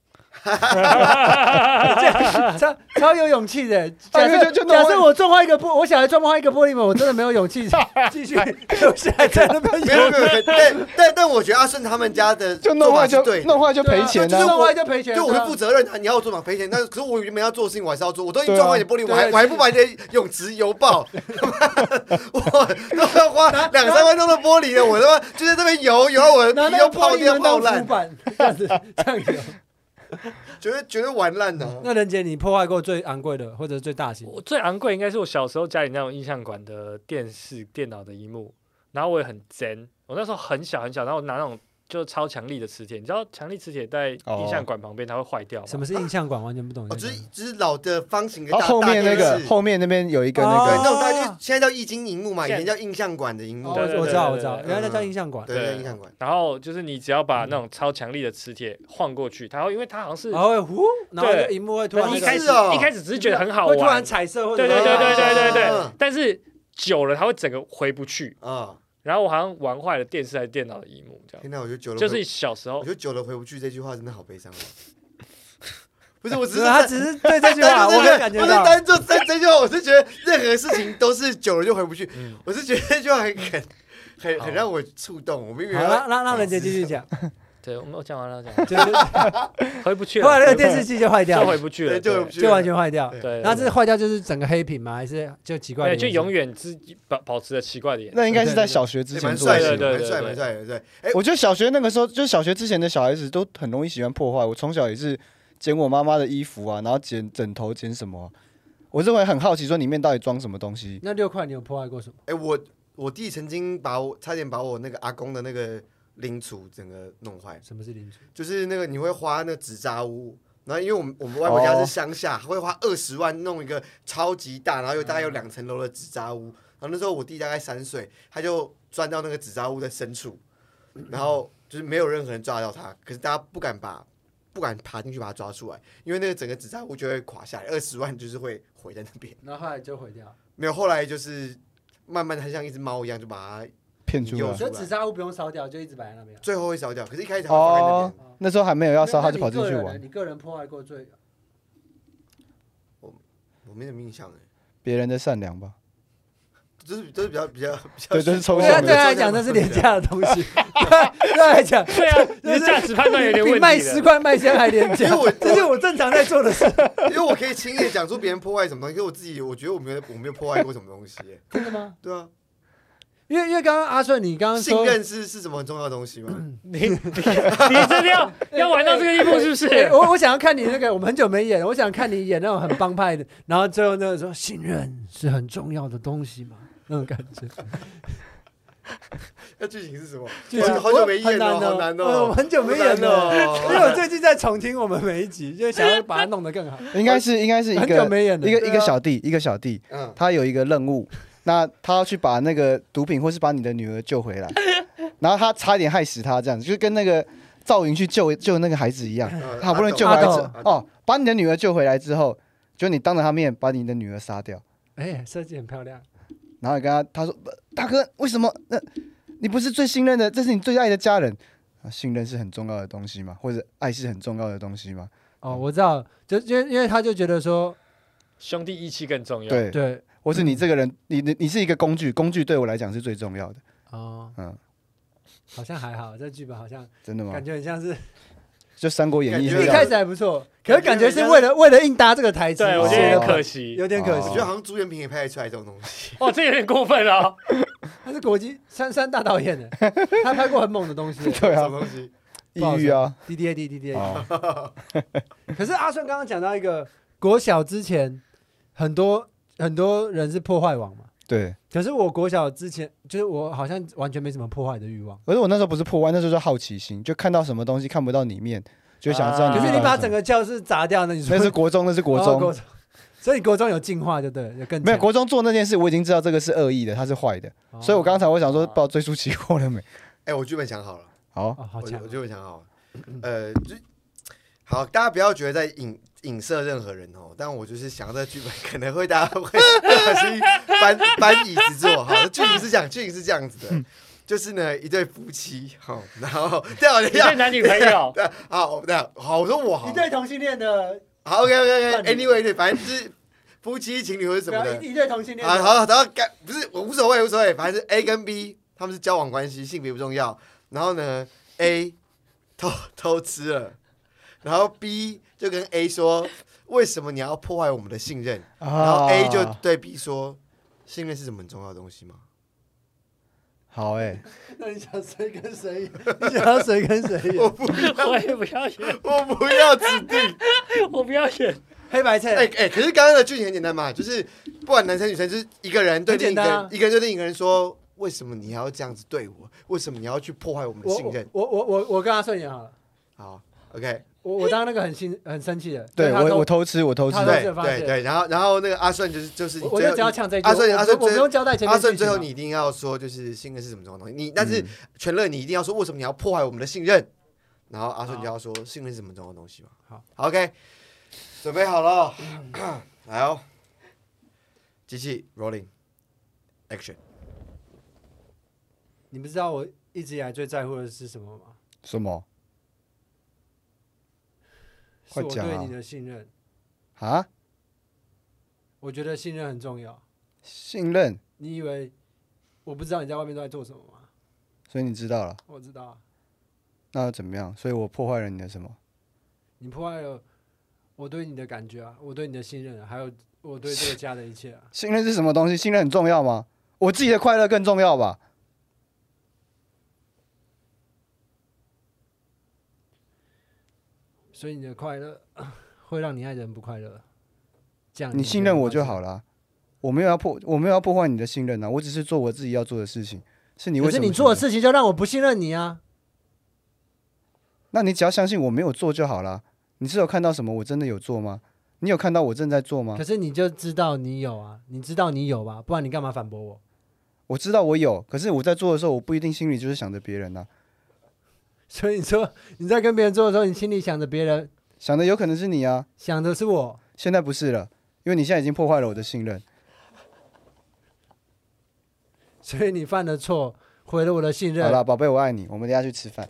[SPEAKER 1] 超超有勇气 的。假
[SPEAKER 2] 啊因为
[SPEAKER 1] 设
[SPEAKER 2] 就就弄
[SPEAKER 1] 假
[SPEAKER 2] 坏
[SPEAKER 1] 设我撞坏一个玻，我小孩撞坏一个玻璃门，我真的没有勇气 继续留下来哎在那边
[SPEAKER 3] 没有没有，没有但但但我觉得阿顺他们家的
[SPEAKER 2] 就弄
[SPEAKER 3] 做法
[SPEAKER 2] 坏
[SPEAKER 3] 是
[SPEAKER 2] 就
[SPEAKER 3] 对的
[SPEAKER 2] 弄坏就赔
[SPEAKER 1] 对啊
[SPEAKER 2] 钱
[SPEAKER 1] 就是
[SPEAKER 2] 啊。
[SPEAKER 1] 弄坏就赔钱。
[SPEAKER 3] 就我
[SPEAKER 1] 对
[SPEAKER 3] 是
[SPEAKER 1] 啊
[SPEAKER 3] 负责任的，你要我做嘛赔钱，但是可是我原本要做的事情我还是要做，我都已经
[SPEAKER 2] 对啊
[SPEAKER 3] 撞坏你的玻璃，我还
[SPEAKER 1] 对
[SPEAKER 3] 我还不把你的泳池油 爆，我都要花两三分钟的玻璃了，我他妈就在这边游游，我
[SPEAKER 1] 拿
[SPEAKER 3] 的皮
[SPEAKER 1] 那个
[SPEAKER 3] 又泡
[SPEAKER 1] 玻璃
[SPEAKER 3] 掉
[SPEAKER 1] 门
[SPEAKER 3] 泡
[SPEAKER 1] 当浮
[SPEAKER 3] 烂，
[SPEAKER 1] 板，这样子这样子。
[SPEAKER 3] 绝对绝对玩烂的。
[SPEAKER 1] 那任杰，你破坏过最昂贵的或者最大型的？
[SPEAKER 4] 我最昂贵应该是我小时候家里那种印象馆的电视、电脑的荧幕，然后我也很尖，我那时候很小很小，然后我拿那种就是超强力的磁铁，你知道强力磁铁在
[SPEAKER 2] 哦
[SPEAKER 4] 印象馆旁边它会坏掉吗？
[SPEAKER 1] 什么是印象馆？完全不懂印
[SPEAKER 3] 哦，
[SPEAKER 1] 象馆。
[SPEAKER 3] 就是就是老的方形的
[SPEAKER 2] 然
[SPEAKER 3] 大
[SPEAKER 2] 后哦后面那个
[SPEAKER 3] 大电视
[SPEAKER 2] 后面那边有一个
[SPEAKER 3] 对，
[SPEAKER 2] 那
[SPEAKER 3] 那
[SPEAKER 1] 哦
[SPEAKER 2] 个，
[SPEAKER 3] 种大家就现在叫液晶荧幕嘛，以前叫印象馆的荧幕
[SPEAKER 1] 哦，，
[SPEAKER 4] 对对对
[SPEAKER 1] 我知道，我
[SPEAKER 4] 对
[SPEAKER 1] 知道，
[SPEAKER 4] 对
[SPEAKER 1] 原来那叫印象馆。
[SPEAKER 3] 对，叫印象馆。
[SPEAKER 4] 然后就是你只要把那种超强力的磁铁晃过去，它会因为它好像是
[SPEAKER 1] 然后会呼，然后
[SPEAKER 4] 对
[SPEAKER 1] 就荧幕会突然
[SPEAKER 4] 对一
[SPEAKER 1] 那个
[SPEAKER 4] 开始
[SPEAKER 3] 是哦
[SPEAKER 4] 一开始只是觉得很好
[SPEAKER 1] 啊会突然
[SPEAKER 4] 玩，
[SPEAKER 1] 彩色，或者
[SPEAKER 4] 对对对对对对对
[SPEAKER 3] 啊，
[SPEAKER 4] 但是久了它会整个回不去，
[SPEAKER 3] 啊！
[SPEAKER 4] 然后我好像玩坏了电视还是电脑的荧幕这样。
[SPEAKER 3] 天哪，我觉得久了
[SPEAKER 4] 就是小时候
[SPEAKER 3] 我觉，得久了回不去这句话真的好悲伤啊。 不是，我只
[SPEAKER 1] 只是
[SPEAKER 3] 是
[SPEAKER 1] 他
[SPEAKER 3] 在
[SPEAKER 1] 只是对这
[SPEAKER 3] 但
[SPEAKER 1] 句话，
[SPEAKER 3] 是
[SPEAKER 1] 我
[SPEAKER 3] 这
[SPEAKER 1] 有
[SPEAKER 3] 个
[SPEAKER 1] 感觉
[SPEAKER 3] 不是
[SPEAKER 1] 到。
[SPEAKER 3] 单就这这句话，我是觉得任何事情都是久了就回不去。
[SPEAKER 4] 嗯，
[SPEAKER 3] 我是觉得这句话很很很
[SPEAKER 4] 好
[SPEAKER 3] 很让我触动。我明明
[SPEAKER 1] 好，让让让任杰继续讲，
[SPEAKER 4] 对，我们我讲完了，我讲完
[SPEAKER 1] 就是后
[SPEAKER 4] 了回 不去了，
[SPEAKER 1] 来那个电视机就坏掉
[SPEAKER 4] 就回
[SPEAKER 1] 了，
[SPEAKER 4] 不去了，
[SPEAKER 3] 对就回不去
[SPEAKER 1] 就完全坏掉。
[SPEAKER 3] 对
[SPEAKER 4] 对，
[SPEAKER 1] 然后这坏掉就是整个黑屏吗？还是就奇怪的
[SPEAKER 4] 对，
[SPEAKER 1] 颜色？
[SPEAKER 4] 就永远自己保保持着奇怪的眼神。
[SPEAKER 2] 那应该是在小学之
[SPEAKER 3] 哎
[SPEAKER 2] 前
[SPEAKER 3] 蛮
[SPEAKER 2] 做的
[SPEAKER 3] 帅
[SPEAKER 2] 事
[SPEAKER 4] 对
[SPEAKER 3] 的，
[SPEAKER 2] 情。
[SPEAKER 3] 蛮
[SPEAKER 4] 对对
[SPEAKER 3] 帅，
[SPEAKER 4] 对
[SPEAKER 3] 蛮帅的，对。哎，
[SPEAKER 2] 我觉得小学那个时候，就小学之前的小孩子都很容易喜欢破坏。我从小也是捡我妈妈的衣服啊，然后捡枕头，捡什么啊、我认为很好奇，说里面到底装什么东西。
[SPEAKER 1] 那六块你有破坏过什么？
[SPEAKER 3] 哎，我我弟曾经把我差点把我那个阿公的那个零厨整个弄坏，
[SPEAKER 1] 什么是零食？
[SPEAKER 3] 就是那个你会花那个纸扎屋。然后，因为我们我们外婆家
[SPEAKER 2] 哦
[SPEAKER 3] 是乡下，会花二十万弄一个超级大，然后又大概有两层楼的纸扎屋。然后那时候我弟大概三岁，他就钻到那个纸扎屋的深处，然后就是没有任何人抓得到他，可是大家不敢把不敢爬进去把他抓出来，因为那个整个纸扎屋就会垮下来，二十万就是会毁在那边。
[SPEAKER 1] 然后后来就毁掉。
[SPEAKER 3] 没有，后来就是慢慢它像一只猫一样就把它
[SPEAKER 2] 骗出
[SPEAKER 3] 有
[SPEAKER 2] 来
[SPEAKER 3] 出
[SPEAKER 1] 所
[SPEAKER 3] 来
[SPEAKER 1] 以纸扎屋不用烧掉，就一直摆在那边。
[SPEAKER 3] 最后会烧掉，可是一开始它放在那
[SPEAKER 2] 哦
[SPEAKER 3] 边。，
[SPEAKER 2] 那时候还没有要烧，
[SPEAKER 1] 那
[SPEAKER 2] 他就跑进去。
[SPEAKER 1] 那
[SPEAKER 2] 玩
[SPEAKER 1] 你个人你个人破坏过最
[SPEAKER 3] 我没什么印象哎，
[SPEAKER 2] 别人的善良吧。
[SPEAKER 3] 就是就是比较比较比较
[SPEAKER 2] 对这是抽
[SPEAKER 1] 对啊，
[SPEAKER 2] 象
[SPEAKER 1] 对
[SPEAKER 2] 的
[SPEAKER 1] 他来讲那是廉。价的东西，对他来讲
[SPEAKER 4] 对啊，你的价值判断有点 问
[SPEAKER 1] 比
[SPEAKER 4] 题
[SPEAKER 1] 卖十
[SPEAKER 4] 了。
[SPEAKER 1] 块麦香还廉价
[SPEAKER 3] 因为我，
[SPEAKER 1] 这是我正常在做的事。
[SPEAKER 3] 因为我可以轻易地讲出别人破坏什么东西，可是我自己我觉得我没有我没有破坏过什么东西、欸
[SPEAKER 1] 真的吗？
[SPEAKER 3] 对啊，
[SPEAKER 1] 因为因为刚刚阿顺你刚刚
[SPEAKER 3] 信
[SPEAKER 1] 说，
[SPEAKER 3] 任是是什么很重要的东西吗？
[SPEAKER 4] 你你你真的 要要玩到这个地步是不
[SPEAKER 1] 哎
[SPEAKER 4] 是？
[SPEAKER 1] 我我想要看你那个，我们很久没演了，我想看你演那种很帮派的，然后最后那个说信任是很重要的东西嘛，那种感觉。
[SPEAKER 3] 那剧情是什么？
[SPEAKER 1] 剧情
[SPEAKER 3] 我好久没演了，
[SPEAKER 1] 很难
[SPEAKER 3] 好
[SPEAKER 1] 哦
[SPEAKER 3] 难
[SPEAKER 1] 哎我
[SPEAKER 3] 哦，
[SPEAKER 1] 很久没演了，因为
[SPEAKER 3] 了。
[SPEAKER 1] 我最近在重听我们每一集，就想要把它弄得更好。
[SPEAKER 2] 应该是应该是一
[SPEAKER 1] 很久
[SPEAKER 2] 个
[SPEAKER 1] 没演了，
[SPEAKER 2] 一个一
[SPEAKER 3] 对
[SPEAKER 2] 个
[SPEAKER 3] 啊
[SPEAKER 2] 小弟一个小弟，
[SPEAKER 3] 嗯，
[SPEAKER 2] 他有一个任务，那他要去把那个毒品或是把你的女儿救回来，然后他差一点害死他，这样就是跟那个赵云去救救那个孩子一样，
[SPEAKER 3] 嗯
[SPEAKER 2] 他好不容易救回
[SPEAKER 1] 阿
[SPEAKER 2] 来之
[SPEAKER 1] 斗
[SPEAKER 3] 阿斗
[SPEAKER 2] 哦，把你的女儿救回来之后，就你当着他面把你的女儿杀掉，
[SPEAKER 1] 哎，设计很漂亮。
[SPEAKER 2] 然后你跟他他说呃大哥为什么？那、你不是最信任的，这是你最爱的家人。啊信任是很重要的东西吗？或者爱是很重要的东西吗？
[SPEAKER 1] 哦，我知道，就因为因为他就觉得说，
[SPEAKER 4] 兄弟义气更重要。
[SPEAKER 2] 对，
[SPEAKER 1] 对，
[SPEAKER 2] 或是你这个人，你你你是一个工具，工具对我来讲是最重要的。
[SPEAKER 1] 哦，
[SPEAKER 2] 嗯，
[SPEAKER 1] 好像还好，这剧本好像
[SPEAKER 2] 真的吗
[SPEAKER 1] 感？觉很像是
[SPEAKER 2] 就《三国演义》是
[SPEAKER 3] 感觉
[SPEAKER 2] 这
[SPEAKER 1] 一
[SPEAKER 2] 样
[SPEAKER 1] 开
[SPEAKER 2] 的。
[SPEAKER 1] 始还不错，可是感觉是为了为了应搭这个台词，
[SPEAKER 4] 对，我觉得
[SPEAKER 1] 写
[SPEAKER 4] 有
[SPEAKER 1] 得
[SPEAKER 4] 点可惜。
[SPEAKER 1] 有点可惜
[SPEAKER 3] 我觉。得好像朱元平也拍得出来这种东西。
[SPEAKER 4] 哇，这有点过分哦 了。
[SPEAKER 1] 他是国际三三大导演呢，他拍过很猛的东西
[SPEAKER 2] 对
[SPEAKER 3] 什
[SPEAKER 2] 啊，
[SPEAKER 3] 么东西？
[SPEAKER 2] 抑郁啊，
[SPEAKER 1] ，D D A D D D A。
[SPEAKER 2] 哦，
[SPEAKER 1] 可是阿顺刚刚讲到一个国小之前，很多很多人是破坏王嘛。
[SPEAKER 2] 对。
[SPEAKER 1] 可是我国小之前，就是我好像完全没什么破坏的欲望。
[SPEAKER 2] 可是我那时候不是破坏，那时候就好奇心，就看到什么东西看不到里面，就想知道
[SPEAKER 4] 啊
[SPEAKER 2] 里
[SPEAKER 1] 可
[SPEAKER 2] 面
[SPEAKER 1] 是
[SPEAKER 2] 到底
[SPEAKER 1] 你
[SPEAKER 2] 什么。
[SPEAKER 1] 把整个教室砸掉，那你说
[SPEAKER 2] 嗯那是国中，那是国
[SPEAKER 1] 哦
[SPEAKER 2] 中，
[SPEAKER 1] 所以国中有进化就对了，有更
[SPEAKER 2] 没有
[SPEAKER 1] 强
[SPEAKER 2] 国中做那件事，我已经知道这个是恶意的，它是坏的，
[SPEAKER 1] 哦
[SPEAKER 2] 所以我刚才我想说，
[SPEAKER 4] 哦
[SPEAKER 2] 不知道追溯期过了没？
[SPEAKER 3] 哎，我剧本想好了，
[SPEAKER 2] 好，
[SPEAKER 1] 哦 好
[SPEAKER 3] 我
[SPEAKER 1] 强
[SPEAKER 3] 我，剧本想好了。呃，就好，大家不要觉得在影影射任何人哦，但我就是想要这剧本可能会大家会 不小心搬搬椅子坐。好，剧情是这样，剧情是这样子
[SPEAKER 1] 嗯
[SPEAKER 3] 的，就是呢一对夫妻，好，然后这样
[SPEAKER 4] 你
[SPEAKER 3] 这
[SPEAKER 4] 对
[SPEAKER 3] 样，
[SPEAKER 4] 男女朋友，
[SPEAKER 3] 对，好，这样好，我说我好
[SPEAKER 1] 一，对同性恋的，
[SPEAKER 3] 好，OK OK
[SPEAKER 1] 伴侣
[SPEAKER 3] OK，Anyway，、对，反正就是夫妻情侣或者什
[SPEAKER 1] 不要
[SPEAKER 3] 么的
[SPEAKER 1] 一一对同性恋
[SPEAKER 3] 啊，
[SPEAKER 1] 的，
[SPEAKER 3] 好，然后干不是我无所谓无所谓，反正是 A 跟 B 他们是交往关系，性别不重要。然后呢，A 偷偷吃了，然后 B 就跟 A 说，为什么你要破坏我们的信任？然后
[SPEAKER 2] 啊
[SPEAKER 3] A 就对 B 说，信任是什么很重要的东西吗？
[SPEAKER 2] 好哎，
[SPEAKER 1] 那你想谁跟谁演？你想要谁跟谁演？
[SPEAKER 4] 我也不要演，
[SPEAKER 3] 我不要指定。
[SPEAKER 4] 我不要演。
[SPEAKER 1] 黑白
[SPEAKER 3] 哎
[SPEAKER 1] 菜，
[SPEAKER 3] 哎、可是刚刚的剧情很简单嘛，就是不管男生女生，就是一个人对
[SPEAKER 1] 很
[SPEAKER 3] 另
[SPEAKER 1] 简
[SPEAKER 3] 一个
[SPEAKER 1] 单
[SPEAKER 3] 人，
[SPEAKER 1] 啊
[SPEAKER 3] 一个人对另一个人说，为什么你要这样子对我？为什么你要去破坏我们的
[SPEAKER 1] 我
[SPEAKER 3] 信
[SPEAKER 1] 我
[SPEAKER 3] 任？
[SPEAKER 1] 我我我我跟阿顺演好了，
[SPEAKER 3] 好，OK，
[SPEAKER 1] 我我当那个很心很生气的，
[SPEAKER 2] 对
[SPEAKER 1] 因为他
[SPEAKER 2] 我我
[SPEAKER 1] 偷
[SPEAKER 2] 偷吃，我偷吃
[SPEAKER 1] 他，都
[SPEAKER 3] 对
[SPEAKER 1] 是发现
[SPEAKER 3] 对对，然后然后那个阿顺就是就是
[SPEAKER 1] 我我
[SPEAKER 3] 最
[SPEAKER 1] 就
[SPEAKER 3] 后
[SPEAKER 1] 只要呛这一句，
[SPEAKER 3] 阿顺
[SPEAKER 1] 我
[SPEAKER 3] 阿顺
[SPEAKER 1] 我我
[SPEAKER 3] 最
[SPEAKER 1] 不用交代前面
[SPEAKER 3] 阿
[SPEAKER 1] 的
[SPEAKER 3] 顺
[SPEAKER 1] 事情嗯
[SPEAKER 3] 最后
[SPEAKER 1] 嘛
[SPEAKER 3] 你一定要说就是信任是什么重要的东西，你但是全乐你一定要说为什么你要破坏我们的信任，然后阿顺就要说信任是什么重要的东西嘛。
[SPEAKER 1] 好
[SPEAKER 3] ，OK，准备好了，来哦，机器 rolling，action。
[SPEAKER 1] 你不知道我一直以来最在乎的是什么吗？
[SPEAKER 2] 什么
[SPEAKER 1] 是
[SPEAKER 2] 快
[SPEAKER 1] 我
[SPEAKER 2] 讲啊
[SPEAKER 1] 对你的信任，
[SPEAKER 2] 啊？
[SPEAKER 1] 我觉得信任很重要。
[SPEAKER 2] 信任，
[SPEAKER 1] 你以为我不知道你在外面都在做什么吗？
[SPEAKER 2] 所以你知道了，
[SPEAKER 1] 我知道啊，
[SPEAKER 2] 那又怎么样？所以我破坏了你的什么
[SPEAKER 1] 你破坏了我对你的感觉啊，我对你的信任啊、还有我对这个家的一切啊。
[SPEAKER 2] 信任是什么东西？信任很重要吗？我自己的快乐更重要吧？
[SPEAKER 1] 所以你的快乐 会让你爱的人不快乐。这样
[SPEAKER 2] 你信任我就
[SPEAKER 1] 了。
[SPEAKER 2] 好了啊，我没有要破，我没有要破坏你的信任啊，我只是做我自己要做的事情。是你为
[SPEAKER 1] 可
[SPEAKER 2] 什
[SPEAKER 1] 是
[SPEAKER 2] 么
[SPEAKER 1] 你做的事情就让我不信任你啊！
[SPEAKER 2] 那你只要相信我没有做就好啦。你是有看到什么？我真的有做吗？你有看到我正在做吗
[SPEAKER 3] 啊
[SPEAKER 1] 可？是你就知道你有啊，你知道你有吧？不然你干嘛反驳我？
[SPEAKER 2] 我知道我有，可是我在做的时候，我不一定心里就是想着别人呐、啊
[SPEAKER 1] 所以你说你在跟别人做的时候，你心里想着别人，
[SPEAKER 2] 想的有可能是你啊。
[SPEAKER 1] 想的是我。
[SPEAKER 2] 现在不是了，因为你现在已经破坏了我的信任。
[SPEAKER 1] 所以你犯了错，毁了我的信
[SPEAKER 2] 好
[SPEAKER 1] 任。
[SPEAKER 2] 了，宝贝，我爱你，我们等一下去吃饭。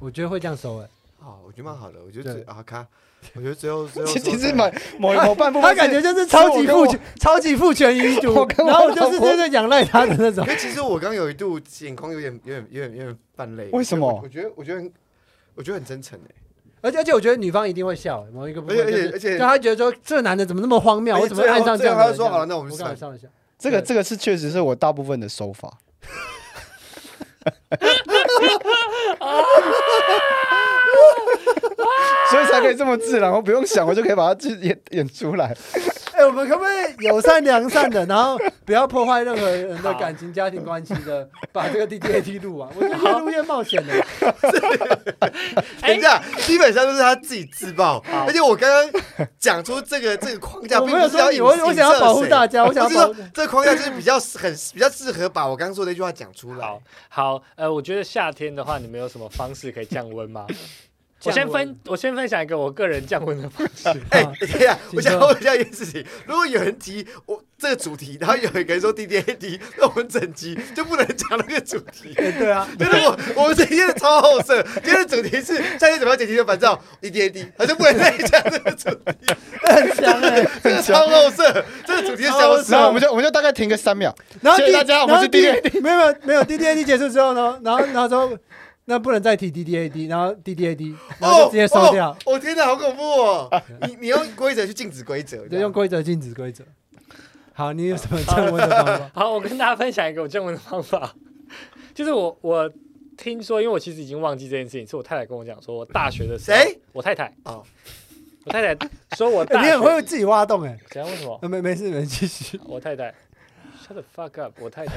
[SPEAKER 1] 我觉得会这样收哎、
[SPEAKER 3] 好，啊我觉得蛮好的。我觉
[SPEAKER 1] 对
[SPEAKER 3] 得最啊咔，我觉得最后 最后
[SPEAKER 2] 其
[SPEAKER 3] 说
[SPEAKER 2] 其
[SPEAKER 3] 出
[SPEAKER 2] 实
[SPEAKER 3] 来
[SPEAKER 2] 某某某半部分
[SPEAKER 1] 他
[SPEAKER 2] 是
[SPEAKER 1] 感觉就是超级
[SPEAKER 2] 我跟我
[SPEAKER 1] 父权、超级父权遗
[SPEAKER 2] 我
[SPEAKER 1] 族，
[SPEAKER 2] 跟我
[SPEAKER 1] 然后我就是
[SPEAKER 2] 老婆
[SPEAKER 1] 真的仰赖他的那种
[SPEAKER 3] 可。是其实我刚有一度眼眶有点、有点、有点、有点泛泪。
[SPEAKER 2] 为什么
[SPEAKER 3] 我我觉得，我觉得很，我觉得很真诚哎、
[SPEAKER 1] 而且而且，我觉得女方一定会笑，某一个部分、
[SPEAKER 3] 而且
[SPEAKER 1] 就是，
[SPEAKER 3] 而且而且
[SPEAKER 1] 就他觉得说这男的怎么那么荒谬，
[SPEAKER 3] 而且
[SPEAKER 1] 我怎么会爱上这
[SPEAKER 3] 最
[SPEAKER 1] 样
[SPEAKER 3] 后
[SPEAKER 1] 的人？
[SPEAKER 3] 他就说好了那我
[SPEAKER 1] 我
[SPEAKER 3] 们
[SPEAKER 1] 刚好
[SPEAKER 3] 散
[SPEAKER 1] 上一下，
[SPEAKER 2] 这个
[SPEAKER 1] 对
[SPEAKER 2] 这个是确实是我大部分的手法。 所以才可以这么自然，我不用想，我就可以把它自己演演出来。
[SPEAKER 1] 哎、我们可不可以友善良善的，然后不要破坏任何人的
[SPEAKER 4] 好
[SPEAKER 1] 感情、家庭关系的，把这个 D D A T 录完？啊我觉得越录越冒险了。
[SPEAKER 4] 哎
[SPEAKER 3] 等一下，基本上都是他自己自爆，
[SPEAKER 4] 好
[SPEAKER 3] 而且我刚刚讲出这个这个框架，
[SPEAKER 1] 我
[SPEAKER 3] 并
[SPEAKER 1] 没
[SPEAKER 3] 不
[SPEAKER 1] 有
[SPEAKER 3] 是要
[SPEAKER 1] 说
[SPEAKER 3] 影
[SPEAKER 1] 你，我我想要保护大
[SPEAKER 3] 家。
[SPEAKER 1] 家，我想
[SPEAKER 3] 我是
[SPEAKER 1] 要保
[SPEAKER 3] 说
[SPEAKER 1] 护。，
[SPEAKER 3] 这个框架就是比较很比较适合把我刚刚说的那句话讲出来
[SPEAKER 4] 好。好，呃，我觉得夏天的话，你们有什么方式可以降 温吗？我
[SPEAKER 1] 降
[SPEAKER 4] 先
[SPEAKER 1] 温
[SPEAKER 4] 分，我先分享一个我个人降温的方式。？
[SPEAKER 3] 哎、等一下，
[SPEAKER 1] 请
[SPEAKER 3] 我想
[SPEAKER 1] 说
[SPEAKER 3] 问一下一件事情：如果有人提我这个主题，然后有一个人说 D D A D，那我们整集就不能讲那个主题。
[SPEAKER 1] 哎对啊，
[SPEAKER 3] 就是我我们今天的超后设，今天的主题是夏天怎么样解决烦躁？D D A D，他就不能再讲这个主题，
[SPEAKER 1] 很强哎、
[SPEAKER 3] 这个超后设，这个主题就消失
[SPEAKER 1] 啊
[SPEAKER 2] 然后我
[SPEAKER 3] 了。
[SPEAKER 2] 们就我们就大概停个三秒，
[SPEAKER 1] 然后
[SPEAKER 2] 谢
[SPEAKER 1] 第
[SPEAKER 2] 谢大家我们
[SPEAKER 1] 然后
[SPEAKER 2] 是
[SPEAKER 1] 第
[SPEAKER 2] DDAD
[SPEAKER 1] 没有没有没有 D D A D 结束之后呢，然后然后说那不能再提 D D A D，然后 D D A D，然后就直接收掉，
[SPEAKER 3] 哦！我、哦天哪，好恐怖哦！ 你你用规则去禁止规则，这
[SPEAKER 1] 就
[SPEAKER 3] 样
[SPEAKER 1] 用规则禁止规则。好，你有什么降温的方法
[SPEAKER 4] 好，我跟大家分享一个我降温的方法，就是我我听说，因为我其实已经忘记这件事情，是我太太跟我讲说，我大学的时候，
[SPEAKER 3] 谁？
[SPEAKER 4] 我太太
[SPEAKER 3] 哦
[SPEAKER 4] 我太太说我
[SPEAKER 1] 哎
[SPEAKER 4] 大
[SPEAKER 1] 你
[SPEAKER 4] 学，
[SPEAKER 1] 很会自己挖洞哎、
[SPEAKER 4] 怎样？为什么？
[SPEAKER 1] 呃没没事没事，继续。
[SPEAKER 4] 我太太，shut the fuck up！我太太，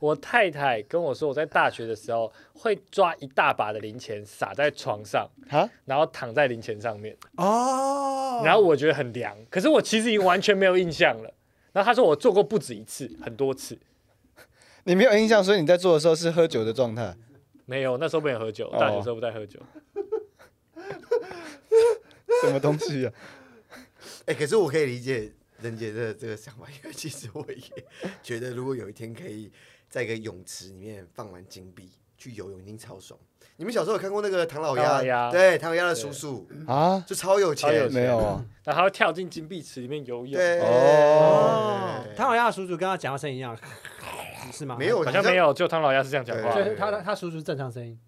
[SPEAKER 4] 我太太跟我说，我在大学的时候会抓一大把的零钱撒在床上
[SPEAKER 2] 啊，
[SPEAKER 4] 然后躺在零钱上面，
[SPEAKER 1] 哦
[SPEAKER 4] 然后我觉得很凉，可是我其实已经完全没有印象了。然后他说我做过不止一次，很多次，
[SPEAKER 2] 你没有印象，所以你在做的时候是喝酒的状态。
[SPEAKER 4] 没有，那时候没有喝酒，
[SPEAKER 2] 哦
[SPEAKER 4] 大学时候不太喝酒。
[SPEAKER 2] 什么东西啊？
[SPEAKER 3] 哎、可是我可以理解任杰的这个想法， 因为其实我也觉得，如果有一天可以在一个泳池里面放完金币去游泳，一定超爽。你们小时候有看过那个唐老
[SPEAKER 4] 唐
[SPEAKER 3] 鸭？
[SPEAKER 4] 老鸭
[SPEAKER 3] 对，唐老鸭的叔叔
[SPEAKER 2] 啊，
[SPEAKER 3] 就超有
[SPEAKER 4] 超有
[SPEAKER 3] 钱
[SPEAKER 4] 钱。
[SPEAKER 2] 没有啊，
[SPEAKER 4] 然后他会跳进金币池里面游泳，
[SPEAKER 3] 对，
[SPEAKER 2] 哦
[SPEAKER 1] 唐老鸭叔叔跟他讲话声音一样，是吗？
[SPEAKER 3] 没，有，
[SPEAKER 4] 好像没，有，就汤老鸭是这样讲话
[SPEAKER 1] 就
[SPEAKER 3] 对。
[SPEAKER 1] 是他他他叔叔正常声音。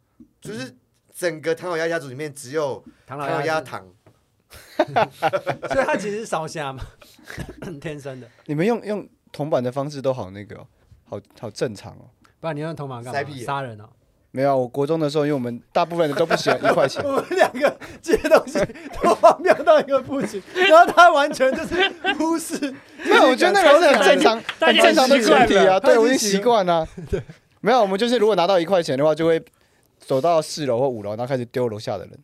[SPEAKER 3] 就是整个唐老鸭家族里面只有
[SPEAKER 1] 唐
[SPEAKER 3] 唐
[SPEAKER 1] 老
[SPEAKER 3] 老鸭
[SPEAKER 1] 鸭，
[SPEAKER 3] 糖。
[SPEAKER 1] 所以他其实是烧虾嘛， 天生的。
[SPEAKER 2] 你们用用铜板的方式都好那个哦、好好正常哦。
[SPEAKER 1] 不然你用铜板干
[SPEAKER 3] 塞
[SPEAKER 1] 嘛？
[SPEAKER 3] 屁眼
[SPEAKER 1] 杀人哦！
[SPEAKER 2] 没有啊，我国中的时候，因为我们大部分人都不喜 欢一块钱，
[SPEAKER 1] 我们两个这些东西都荒谬到一个不 行，然后他完全就是忽视。
[SPEAKER 2] 没有，我觉得那个是很正常、
[SPEAKER 4] 大
[SPEAKER 2] 很
[SPEAKER 4] 家
[SPEAKER 2] 正常的前提啊。
[SPEAKER 1] 他已经习惯了
[SPEAKER 2] 对，我已经习惯了。啊没有，我们就是如果拿到一块钱的话，就会走到四楼或五楼，然后开始丢楼下的 人。